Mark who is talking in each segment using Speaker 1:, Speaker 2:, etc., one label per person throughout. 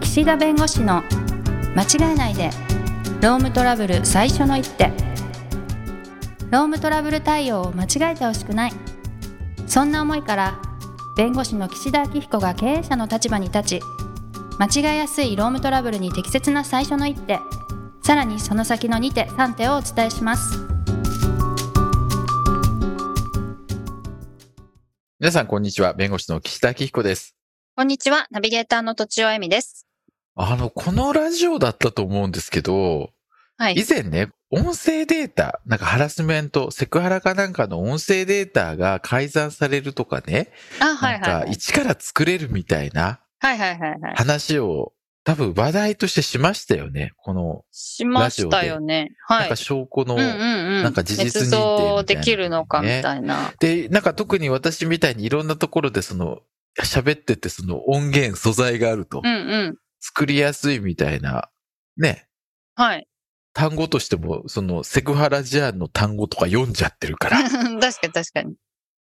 Speaker 1: 岸田弁護士の間違えないでロームトラブル最初の一手ロームトラブル対応を間違えてほしくないそんな思いから弁護士の岸田明彦が経営者の立場に立ち間違えやすいロームトラブルに適切な最初の一手さらにその先の2手3手をお伝えします
Speaker 2: 皆さん、こんにちは。弁護士の岸田明彦です。
Speaker 1: こんにちはナビゲーターのとちおえみです
Speaker 2: あの、このラジオだったと思うんですけど、
Speaker 1: は
Speaker 2: 以前ね、音声データ、なんかハラスメント、セクハラかなんかの音声データが改ざんされるとかね、
Speaker 1: あ
Speaker 2: なんか一から作れるみたいな
Speaker 1: はいはいはいはい
Speaker 2: 話を多分話題としてしましたよね。この、
Speaker 1: しましたよねは
Speaker 2: ないんか証拠の、
Speaker 1: な
Speaker 2: なんか事実認定みたいな
Speaker 1: 像できるのかみたいな。
Speaker 2: で、なんか特に私みたいにいろんなところでその、喋っててその音源、素材があると、
Speaker 1: うんうん。
Speaker 2: 作りやすいみたいな、ね、
Speaker 1: はい。
Speaker 2: 単語としても、そのセクハラ事案の単語とか読んじゃってるからっ
Speaker 1: 確かに確かに。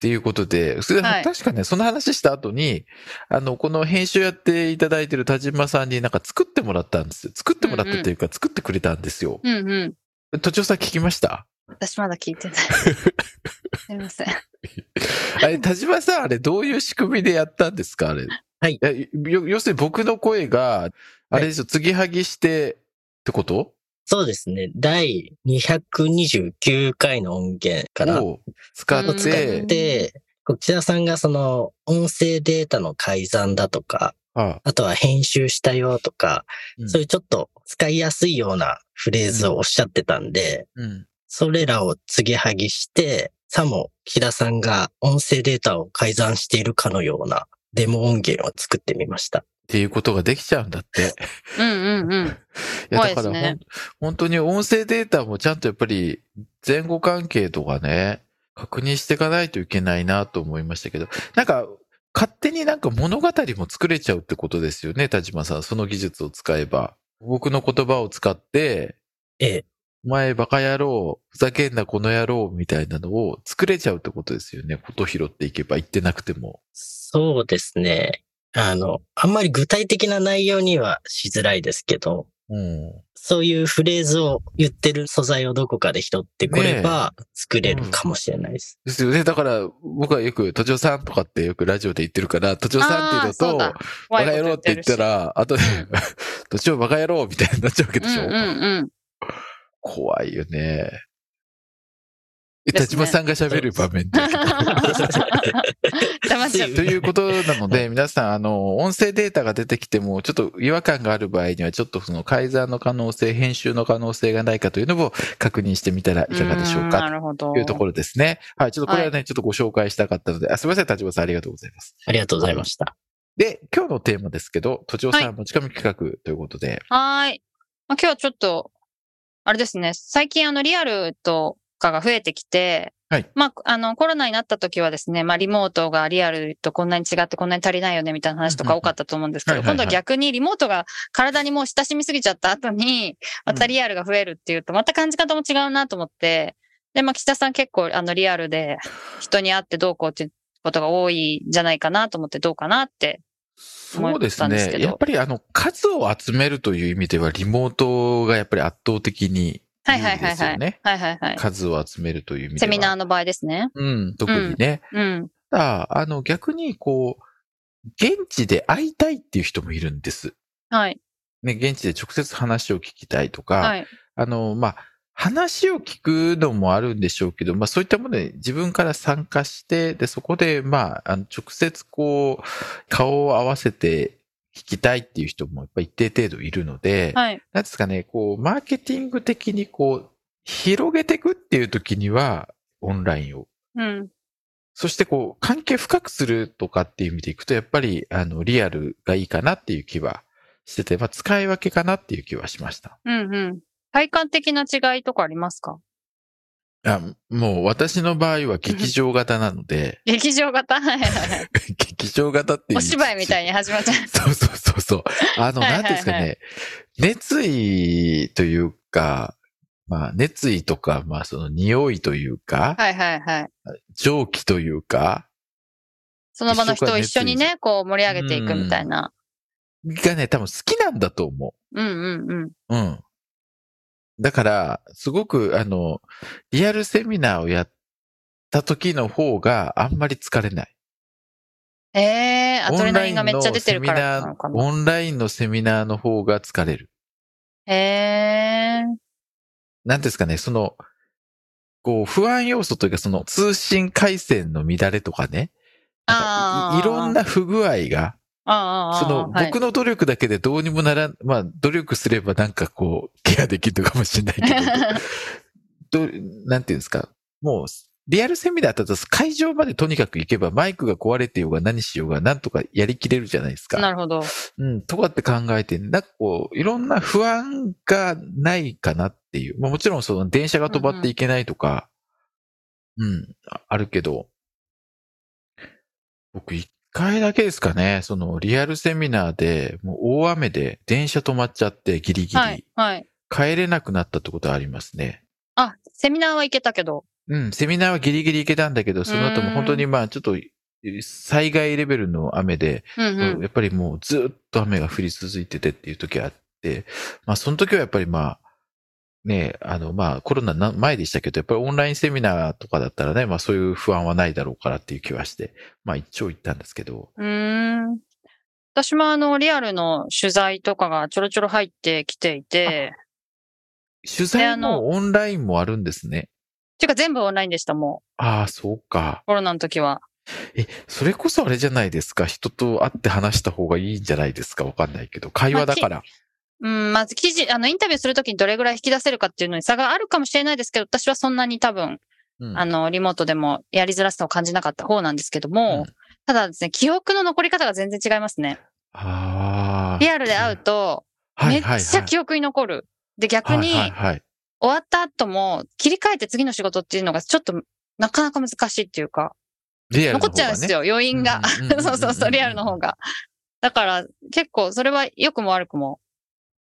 Speaker 2: ていうことで、それ
Speaker 1: はい
Speaker 2: 確かね、その話した後に、あの、この編集やっていただいてる田島さんになんか作ってもらったんですよ。作ってもらったというか、作ってくれたんですよ。
Speaker 1: うんうん。
Speaker 2: 途中さん聞きました
Speaker 1: 私まだ聞いてない。すいません。
Speaker 2: あれ、田島さん、あれどういう仕組みでやったんですかあれ。
Speaker 3: はい
Speaker 2: えよ要するに僕の声が、あれですよ、継ぎはぎして、ってこと
Speaker 3: そうですね。第229回の音源から
Speaker 2: を使
Speaker 1: うん
Speaker 2: っ、
Speaker 3: 使ってて、こう岸田さんがその音声データの改ざんだとか、
Speaker 2: あ
Speaker 3: あとは編集したよとか、
Speaker 2: うん
Speaker 3: そういうちょっと使いやすいようなフレーズをおっしゃってたんで、
Speaker 2: うん。
Speaker 3: それらを継ぎはぎして、さも岸田さんが音声データを改ざんしているかのようなデモ音源を作ってみました。
Speaker 2: っていうことができちゃうんだって。
Speaker 1: うんうんうん。
Speaker 2: いや、
Speaker 1: 怖
Speaker 2: だ
Speaker 1: いで
Speaker 2: か
Speaker 1: す
Speaker 2: らほ
Speaker 1: ね
Speaker 2: ん、本当に音声データもちゃんとやっぱり前後関係とかね、確認していかないといけないなと思いましたけど、なんか、勝手になんか物語も作れちゃうってことですよね、田島さん。その技術を使えば。僕の言葉を使って、
Speaker 3: ええ、
Speaker 2: お前バカ野郎、ふざけんなこの野郎みたいなのを作れちゃうってことですよね。こと拾っていけば言ってなくても。
Speaker 3: そうですね。あの、あんまり具体的な内容にはしづらいですけど、
Speaker 2: うん。
Speaker 3: そういうフレーズを言ってる素材をどこかで拾ってこれば作れるかもしれないです。
Speaker 2: ですよね。だから、僕はよく、都庁さんとかってよくラジオで言ってるから、都庁さんっていうの
Speaker 1: あーそう
Speaker 2: と、
Speaker 1: だ
Speaker 2: バカ野郎って言った
Speaker 1: ら、
Speaker 2: ら、あとで、 どっちもバカ野郎みたいになっちゃうわけ
Speaker 1: う
Speaker 2: で
Speaker 1: ん
Speaker 2: しょ、
Speaker 1: うんうん。
Speaker 2: 怖いよね。え
Speaker 1: ですね
Speaker 2: 田島さんが喋る場面で。
Speaker 1: 黙っちゃっ
Speaker 2: ということなので、皆さん、あの、音声データが出てきても、ちょっと違和感がある場合には、ちょっとその改ざんの可能性、編集の可能性がないかというのを確認してみたらい
Speaker 1: た。
Speaker 2: かがでしょうん
Speaker 1: な
Speaker 2: か。
Speaker 1: るほど。
Speaker 2: というところですね。はい。ちょっとこれはね、ちょっとご紹介したかったので、あすみません、田島さん、ありがとうございます。
Speaker 3: ありがとうございました。
Speaker 2: で、今日のテーマですけど、都庁さ
Speaker 1: は
Speaker 2: ん持ち込み企画ということで、
Speaker 1: はーい。まあ、今日はちょっと、あれですね、最近あのリアルとかが増えてきて、
Speaker 2: はい
Speaker 1: まあ、あの、コロナになった時はですね、まあ、リモートがリアルとこんなに違ってこんなに足りないよねみたいな話とか多かったと思うんですけ
Speaker 2: う
Speaker 1: ど、
Speaker 2: んうんうん
Speaker 1: 今度は逆にリモートが体にもう親しみすぎちゃった後に、またリアルが増えるっていうと、また感じ方も違うなと思って、で、まあ、岸田さん結構あのリアルで人に会ってどうこうっていうことが多いんじゃないかなと思って、どうかなって。
Speaker 2: そうです
Speaker 1: 思ったんですけ
Speaker 2: ね。
Speaker 1: ど
Speaker 2: やっぱりあの、数を集めるという意味では、リモートがやっぱり圧倒的に
Speaker 1: は
Speaker 2: 有
Speaker 1: いはい
Speaker 2: 利
Speaker 1: はい
Speaker 2: です
Speaker 1: は
Speaker 2: よ
Speaker 1: い。
Speaker 2: ね。
Speaker 1: はいはいはい。
Speaker 2: 数を集めるという意味で
Speaker 1: セ
Speaker 2: は。
Speaker 1: ミナーの場合ですね。
Speaker 2: うん、特にね。
Speaker 1: うん。
Speaker 2: ただ、あの、逆にこう、現地で会いたいっていう人もいるんです。
Speaker 1: はい。
Speaker 2: ね、現地で直接話を聞きたいとか、
Speaker 1: はい。
Speaker 2: あの、まあ、話を聞くのもあるんでしょうけど、まあそういったもので自分から参加して、で、そこで、まあ、あの直接こう、顔を合わせて聞きたいっていう人もやっぱり一定程度いるので、
Speaker 1: はい。
Speaker 2: なんですかね、こう、マーケティング的にこう、広げていくっていう時には、オンラインを。
Speaker 1: うん。
Speaker 2: そしてこう、関係深くするとかっていう意味でいくと、やっぱり、あの、リアルがいいかなっていう気はしてて、まあ使い分けかなっていう気はしました。
Speaker 1: うん。うん。体感的な違いとかありますか、
Speaker 2: あもう私の場合は劇場型なので
Speaker 1: 劇場型はいはい はい。
Speaker 2: 劇場型っていう。
Speaker 1: お芝居みたい
Speaker 2: に。
Speaker 1: に始まっちゃう。
Speaker 2: そうそうそうそう。あ の、
Speaker 1: はいは
Speaker 2: ない
Speaker 1: は
Speaker 2: んていうんで
Speaker 1: い
Speaker 2: すかね。熱意というか、まあ、熱意とか、まあ、その匂いというか、
Speaker 1: はいはいはい。
Speaker 2: 蒸気というか、
Speaker 1: その場の人を一緒にね、こう盛り上げていくみたいな。
Speaker 2: がね、多分好きなんだと思
Speaker 1: うんうんうん。
Speaker 2: う。うん。だから、すごく、あの、リアルセミナーをやった時の方があんまり疲れない。
Speaker 1: えー、ア
Speaker 2: オ
Speaker 1: トレ
Speaker 2: ン
Speaker 1: ナ
Speaker 2: ラ
Speaker 1: リ
Speaker 2: イン
Speaker 1: ンがめっちゃ
Speaker 2: の
Speaker 1: 出て
Speaker 2: セ
Speaker 1: る
Speaker 2: ミ
Speaker 1: から
Speaker 2: ナ
Speaker 1: なのか
Speaker 2: ー、
Speaker 1: な。
Speaker 2: オンラインのセミナーの方が疲れる。
Speaker 1: えー、
Speaker 2: なんていうんですかね、その、こう、不安要素というか、その通信回線の乱れとかね、なんかいいろんな
Speaker 1: な、
Speaker 2: 不具合が、
Speaker 1: あーあーあー
Speaker 2: その、
Speaker 1: はい
Speaker 2: 僕の努力だけでどうにもならん、まあ、努力すればなんかこう、ケアできるのかもしれないけど、どうなんていうんですか、もう、リアルセミナーだったら会場までとにかく行けばマイクが壊れてようが何しようがなんとかやりきれるじゃないですか。
Speaker 1: なるほど。
Speaker 2: うん、とかって考えて、なんかこう、いろんな不安がないかなっていう。まあもちろんその電車が止まっていけないとか、うん、ああるけど、僕一回だけですかね、そのリアルセミナーで、もう大雨で電車止まっちゃってギリギリ、
Speaker 1: はい、はい。
Speaker 2: 帰れなくなったってことはありますね。
Speaker 1: あ、セミナーは行けたけど。
Speaker 2: うん、セミナーはギリギリ行けたんだけど、その後も本当にまあちょっと災害レベルの雨で、
Speaker 1: うんうん。
Speaker 2: やっぱりもうずっと雨が降り続いててっていう時あって、まあその時はやっぱりまあ、ねえ、あのまあコロナな前でしたけど、やっぱりオンラインセミナーとかだったらね、まあそういう不安はないだろうからっていう気はして、まあ一長一短ですけど、
Speaker 1: うーん。私もあの、リアルの取材とかがちょろちょろ入ってきていて、
Speaker 2: 取
Speaker 1: いやあ
Speaker 2: 材
Speaker 1: の
Speaker 2: もオンラインもあるんですね。
Speaker 1: てか全部オンラインでした、も
Speaker 2: ああ、そうか
Speaker 1: う。。コロナの時は。
Speaker 2: え、それこそあれじゃないですか。人と会って話した方がいいんじゃないですか。わかんないけど。会話だから。
Speaker 1: うん、まず記事、あの、インタビューするときにどれぐらい引き出せるかっていうのに差があるかもしれないですけど、私はそんなに多分、
Speaker 2: うん
Speaker 1: あの、リモートでもやりづらさを感じなかった方なんですけども、
Speaker 2: うん
Speaker 1: ただですね、記憶の残り方が全然違いますね。
Speaker 2: ああ。
Speaker 1: リアルで会うと、めっちゃ記
Speaker 2: 憶
Speaker 1: 憶に残る。で、逆に、
Speaker 2: はいはいはい。
Speaker 1: 終わった後も切り替えて次の仕事っていうのがちょっとなかなか難しいっていうか、
Speaker 2: リアルの
Speaker 1: 残
Speaker 2: 方がね
Speaker 1: っちゃうんですよ、余韻が。
Speaker 2: うんうんうんうんうん
Speaker 1: そうそうそう、リアルの方が。だから結構それは良くも悪くも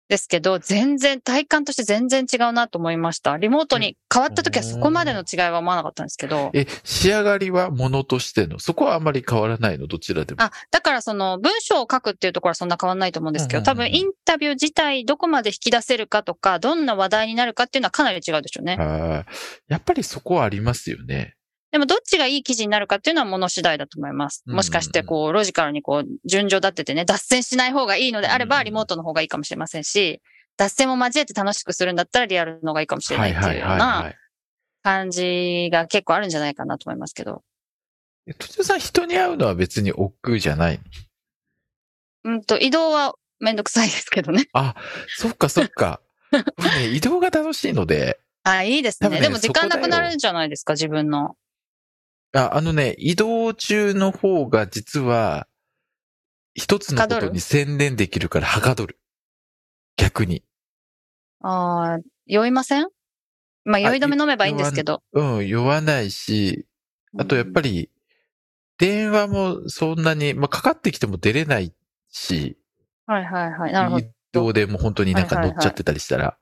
Speaker 1: ですけど、全然体感として全然違うなと思いました。リモートに変わった時はそこまでの違いは思わなかったんですけど。
Speaker 2: え、仕上がりはものとしての、そこはあまり変わらないの、どちらでも。
Speaker 1: あ、だからその文章を書くっていうところはそんな変わんないと思うんですけど、
Speaker 2: うんうん
Speaker 1: 多
Speaker 2: うんうん
Speaker 1: 分インタビュー自体どこまで引き出せるかとか、どんな話題になるかっていうのはかなり違うでしょうね。
Speaker 2: あーやっぱりそこはありますよね。
Speaker 1: でもどっちがいい記事になるかっていうのはもの次第だと思います。
Speaker 2: うんうんうん
Speaker 1: もしかしてこうロジカルにこう順序立っててね、脱線しない方がいいのであれ
Speaker 2: うん
Speaker 1: ば
Speaker 2: うん。
Speaker 1: リモートの方がいいかもしれませんし、脱線も交えて楽しくするんだったらリアルの方がいいかもしれないっていうようない感じが結構あるんじゃないかなと思いますけど。
Speaker 2: え途中さん、人に会うのは別に億劫じゃない。
Speaker 1: うんと、移動はめんどくさいですけどね。
Speaker 2: あ、そっかそっか。僕ね、移動が楽しいので、
Speaker 1: あ、いいですね。
Speaker 2: 多分ね
Speaker 1: でも時間なく
Speaker 2: そ
Speaker 1: な
Speaker 2: こだ
Speaker 1: るんじゃないですか、自分の。
Speaker 2: ああのね、移動中の方が実は、一つのこ
Speaker 1: はか
Speaker 2: と
Speaker 1: どる
Speaker 2: に専念できるからはかどる。逆に。
Speaker 1: ああ、酔いませんまあ、酔い止め飲めばいいんですけど。
Speaker 2: うん、酔わないし、あとやっぱ
Speaker 1: り。
Speaker 2: り、電話もそんなに、まあ、かかってきても出れないし、
Speaker 1: はいはいはい。なるほど
Speaker 2: 移。動でもう本当になんか乗っちゃってたりしたら、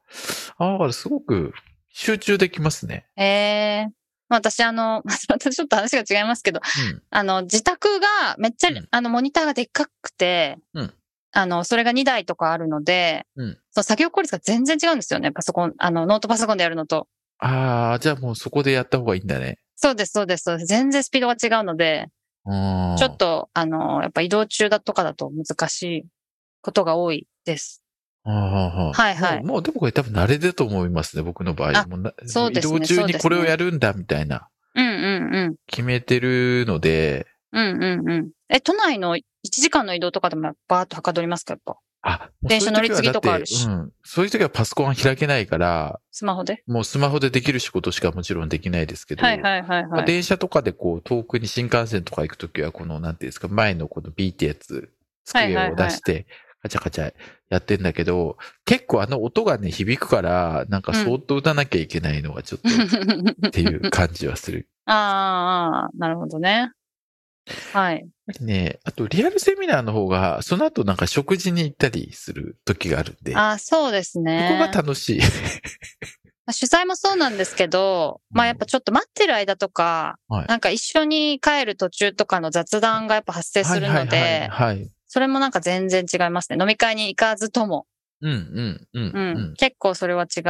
Speaker 2: ああ、だからすごく集中できますね。
Speaker 1: ええまあ私、あの、 またちょっと話が違いますけど、
Speaker 2: うん
Speaker 1: あの、自宅がめっちゃ、
Speaker 2: うん
Speaker 1: あの、モニターがでっかくて、
Speaker 2: うん
Speaker 1: あの、それが2台とかあるので、
Speaker 2: うん
Speaker 1: その作業効率が全然違うんですよね。パソコン、あの、ノートパソコンでやるのと。
Speaker 2: ああ、じゃあもうそこでやった方がいいんだね。
Speaker 1: そうです、そうです、そうです。全然スピードが違うので、
Speaker 2: うん
Speaker 1: ちょっ。と、あの、やっぱ移動中だとかだと難しいことが多いです。
Speaker 2: ああ
Speaker 1: はいはい
Speaker 2: もうもうでもこれ多分慣れでと思いますね、僕の場合。
Speaker 1: あ
Speaker 2: もうな
Speaker 1: そうですね
Speaker 2: 移動中にこれをやるんだみたいな、
Speaker 1: うんうんうん。
Speaker 2: 決めてるので、
Speaker 1: うんうんうん。え、都内の1時間の移動とかでもバーッとはかどりますかやっぱ。
Speaker 2: あ、もう
Speaker 1: 電車乗り継ぎとかあ
Speaker 2: そういう
Speaker 1: る
Speaker 2: 時
Speaker 1: し
Speaker 2: はだってうん。そういう時はパソコン開けないから、
Speaker 1: スマホで
Speaker 2: もうスマホでできる仕事しかもちろんできないですけど、
Speaker 1: はいはいはい
Speaker 2: ま
Speaker 1: は
Speaker 2: あ、
Speaker 1: い。
Speaker 2: 電車とかでこう遠くに新幹線とか行くときは、この、なんていうんですか、前のこのビーってやつ、
Speaker 1: はい
Speaker 2: 机
Speaker 1: はいはい
Speaker 2: を出して、カチャカチャやってんだけど、結構あの音がね、響くから、なんかそーっと打たなきゃいけないのがちょっ と、っていう感じはする。
Speaker 1: あーあー、なるほどね。はい。
Speaker 2: ねあとリアルセミナーの方が、その後なんか食事に行ったりする時があるんで、こ
Speaker 1: あーそうです
Speaker 2: こ
Speaker 1: ね。
Speaker 2: が楽しい。
Speaker 1: まあ取材もそうなんですけど、まあやっぱちょっと待ってる間とか、
Speaker 2: はい
Speaker 1: なんか一緒に帰る途中とかの雑談がやっぱ発生するので、
Speaker 2: はいはいはい、はい。
Speaker 1: それもなんか全然違いますね。飲み会に行かずとも。
Speaker 2: うんうんうん
Speaker 1: う。
Speaker 2: うんん。
Speaker 1: 結構それは違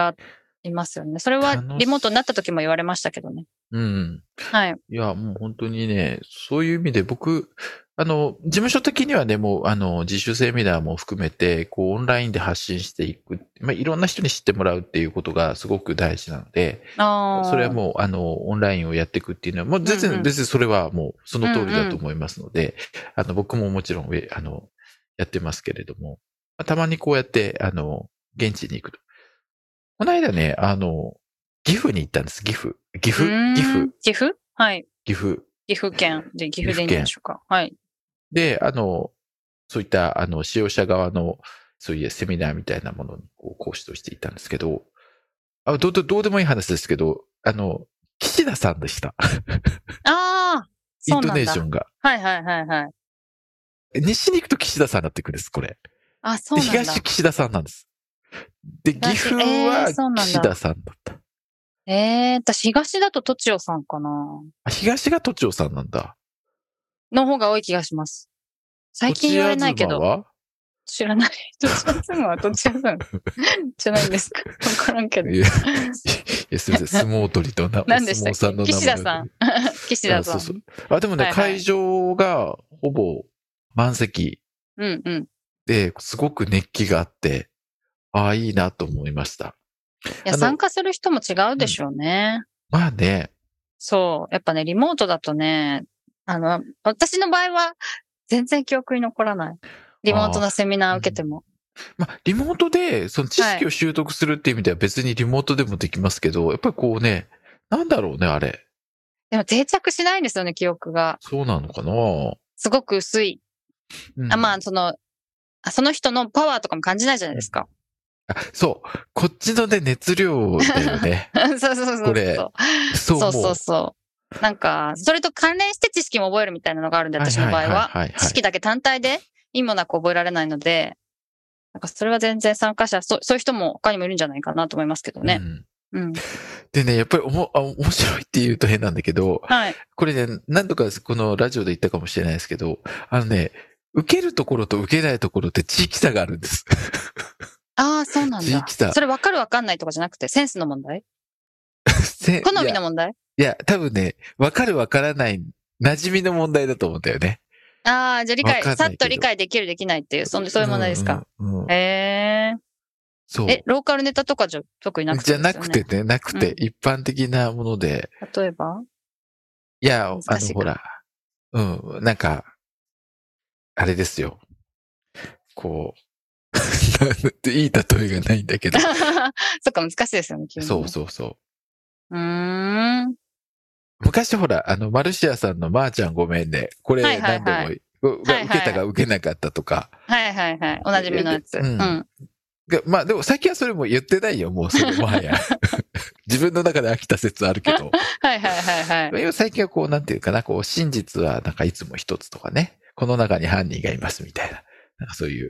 Speaker 1: いますよね。それは
Speaker 2: 楽し
Speaker 1: リモートになった時も言われましたけどね。
Speaker 2: うん。
Speaker 1: はい。
Speaker 2: いや、もう本当にね、そういう意味で僕、あの、事務所的にはね、もう、あの、自主セミナーも含めて、こう、オンラインで発信していく、まあ、いろんな人に知ってもらうっていうことがすごく大事なので、
Speaker 1: ああ。
Speaker 2: それはもう、あの、オンラインをやっていくっていうのは、もう全然、
Speaker 1: うんうん
Speaker 2: 別にそれはもう、その通りだと思いますので、あの、僕ももちろん、えあの、やってますけれども、まあたまにこうやって、あの、現地に行くと。この間ね、あの、岐阜に行ったんです、岐阜。岐阜
Speaker 1: うーん
Speaker 2: 岐阜
Speaker 1: 岐阜はい。
Speaker 2: 岐阜。
Speaker 1: 岐阜県で、岐阜でいいんでしょうか。はい。
Speaker 2: で、あの、そういった、あの、使用者側の、そういうセミナーみたいなものに、こう、講師としていたんですけど、あ、どう、どうどうでもいい話ですけど、あの、岸田さんでした。
Speaker 1: ああ
Speaker 2: イ
Speaker 1: そ
Speaker 2: ン
Speaker 1: う
Speaker 2: ト
Speaker 1: なん
Speaker 2: ネーショ
Speaker 1: だ。
Speaker 2: ンが。
Speaker 1: はいはいはいはい。
Speaker 2: 西に行くと岸田さんになってくるんです、これ。
Speaker 1: あ、そう
Speaker 2: で
Speaker 1: なんだ
Speaker 2: 東。岸田さんなんです。で、岐
Speaker 1: 東
Speaker 2: 阜
Speaker 1: えーそ
Speaker 2: は
Speaker 1: うなんだ
Speaker 2: 岸田さんだった。
Speaker 1: ええー、私東だととちおさんかな。
Speaker 2: あ東が都庁さんなんだ。
Speaker 1: の方が多い気がします。最近言われないけ
Speaker 2: 栃
Speaker 1: ど
Speaker 2: 東。は
Speaker 1: 知らない。 どっちが住むはどっちが住むじゃないんですか。わからんけど
Speaker 2: い。や、いやすみません、相撲取りとな、お相
Speaker 1: 何でした
Speaker 2: 撲
Speaker 1: っ
Speaker 2: さん
Speaker 1: け
Speaker 2: の名前。
Speaker 1: 岸田さん。岸田さ
Speaker 2: あ
Speaker 1: ん。
Speaker 2: そううそうあでもね、
Speaker 1: はいはい
Speaker 2: 会場がほぼ満席
Speaker 1: んうん。
Speaker 2: で、すごく熱気があって、ああ、いいなと思いました。
Speaker 1: い
Speaker 2: あ
Speaker 1: や、
Speaker 2: の
Speaker 1: 参加する人も違うでしょうね。
Speaker 2: まあね、
Speaker 1: そう。やっぱね、リモートだとね、あの、私の場合は全然記憶に残らない。リモートのセミナー受けても。
Speaker 2: まあ、リモートで、その知識を習得するっていう意味では別にリモートでもできますけど、やっぱりこうね、なんだろうね、あれ。
Speaker 1: でも定着しないんですよね、記憶が。
Speaker 2: そうなのかな、
Speaker 1: すごく薄い。
Speaker 2: うん
Speaker 1: あまあ、その、あその人のパワーとかも感じないじゃないですか。
Speaker 2: あそう。こっちのね、熱量だよ ね。
Speaker 1: そうそうそうそう。
Speaker 2: これそう
Speaker 1: そ
Speaker 2: 思
Speaker 1: う
Speaker 2: う。
Speaker 1: そうそう。なんか、それと関連して知識も覚えるみたいなのがあるんで、私の場合は。
Speaker 2: はいいいい
Speaker 1: 知識だけ単体でいいものはこう覚えられないので、なんかそれは全然参加者、そうそういう人も他にもいるんじゃないかなと思いますけどね
Speaker 2: う。ん
Speaker 1: うん。
Speaker 2: でね、やっぱりおもあ面白いって言うと変なんだけど、
Speaker 1: はい。
Speaker 2: これね、何度かこのラジオで言ったかもしれないですけど、あのね、受けるところと受けないところって地域差があるんです。
Speaker 1: ああ、そうなん
Speaker 2: 地
Speaker 1: だ
Speaker 2: 域。差
Speaker 1: そ。れ分かる分かんないとかじゃなくて、センスの問題
Speaker 2: せ
Speaker 1: 好み
Speaker 2: い
Speaker 1: の
Speaker 2: や
Speaker 1: 問題
Speaker 2: いや、多分ね、わかるわからない、馴染みの問題だと思うんだよね。
Speaker 1: ああ、じゃあ理解
Speaker 2: わかんないけど
Speaker 1: さっと理解できる、できないっていう、そんそういう問題ですか。
Speaker 2: うんうんうん
Speaker 1: へ
Speaker 2: そう
Speaker 1: え。。え、ローカルネタとかじゃ特になくて、
Speaker 2: じゃなく。てね、なくて、
Speaker 1: う
Speaker 2: 一般的なもので、
Speaker 1: 例えば
Speaker 2: いや、あ
Speaker 1: 難しい
Speaker 2: の、
Speaker 1: か
Speaker 2: ほら、うん、なんか、あれですよ。こう、 なんていい例えがないんだけ ど。
Speaker 1: そっか、難しいですよね、急にね
Speaker 2: そうそうそう。
Speaker 1: うーん。
Speaker 2: 昔ほら、あの、マルシアさんのまーちゃんごめんね。これ
Speaker 1: はいはいはい
Speaker 2: 何度も、う
Speaker 1: はいは
Speaker 2: が受
Speaker 1: い
Speaker 2: けたか受けなかったとか。
Speaker 1: はいはいはい。おなじみのやつ。う。
Speaker 2: うんんがまあでも最近はそれも言ってないよ、もうそれもは や。自分の中で飽きた説あるけど。
Speaker 1: はいはいはいはい。
Speaker 2: 要は最近はこう、なんていうかな、こう、真実はなんかいつも一つとかね。この中に犯人がいますみたいな。なんかそういう。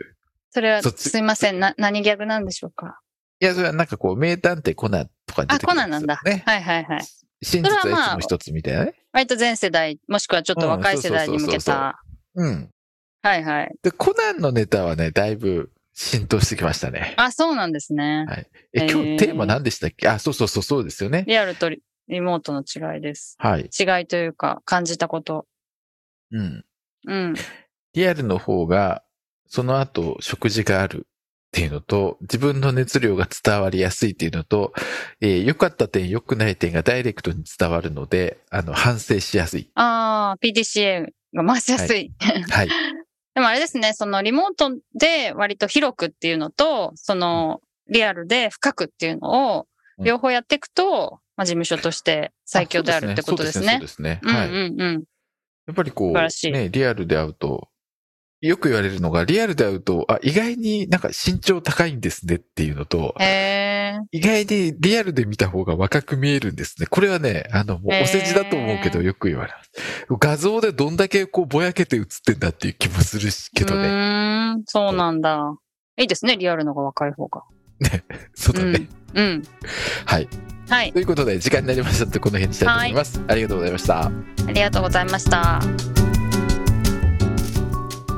Speaker 1: それは、
Speaker 2: そっち
Speaker 1: すいません。な、何ギャグなんでしょうか。
Speaker 2: いや、それはなんかこう、名探偵コナンとかに出
Speaker 1: あ、
Speaker 2: て
Speaker 1: コ
Speaker 2: くる
Speaker 1: ナンなんだ。
Speaker 2: ね。
Speaker 1: はいはいはい。
Speaker 2: 真実はいつも一つみたいなね。
Speaker 1: 割と全世代、もしくはちょっと若い世代に向
Speaker 2: う
Speaker 1: け
Speaker 2: んそうそうそう
Speaker 1: た。
Speaker 2: うん。
Speaker 1: はいはい。
Speaker 2: で、コナンのネタはね、だいぶ浸透してきましたね。
Speaker 1: あ、そうなんですね。
Speaker 2: え、今
Speaker 1: えー
Speaker 2: 日テーマ何でしたっけあ、そうそうそう、そうですよね。
Speaker 1: リアルとリリモートの違いです。
Speaker 2: はい。
Speaker 1: 違いというか、感じたこと。
Speaker 2: うん。
Speaker 1: うん。
Speaker 2: リアルの方が、その後、食事があるっていうのと、自分の熱量が伝わりやすいっていうのと、えー良かった点、良くない点がダイレクトに伝わるので、あの、反省しやすい。
Speaker 1: ああ、PDCA が回しやすい。
Speaker 2: はい。
Speaker 1: でもあれですね、そのリモートで割と広くっていうのと、そのリアルで深くっていうのを、
Speaker 2: うん
Speaker 1: 両方やっていくと、まあ事務所として最強であるってことです
Speaker 2: そう
Speaker 1: ね
Speaker 2: で。すね。そううんですねはい。や
Speaker 1: うんうん。
Speaker 2: っぱりこ
Speaker 1: 素晴らし
Speaker 2: う、
Speaker 1: い
Speaker 2: ね、リアルで会うと、よく言われるのが、リアルで会うと、あ、意外になんか身長高いんですねっていうのと、
Speaker 1: へえ。
Speaker 2: 意外にリアルで見た方が若く見えるんですね。これはね、あの、もうお世辞だと思うけど
Speaker 1: へ
Speaker 2: よく言われます。画像でどんだけこうぼやけて映ってんだっていう気もするしけ
Speaker 1: う
Speaker 2: どね。
Speaker 1: ーん、そうなんだ。いいですね、リアルのが若い方が。
Speaker 2: そうだね。
Speaker 1: うん。うん。
Speaker 2: はい。
Speaker 1: はい。
Speaker 2: ということで、時間になりましたので、この辺にしたいと思います。ありがとうございました。
Speaker 1: ありがとうございました。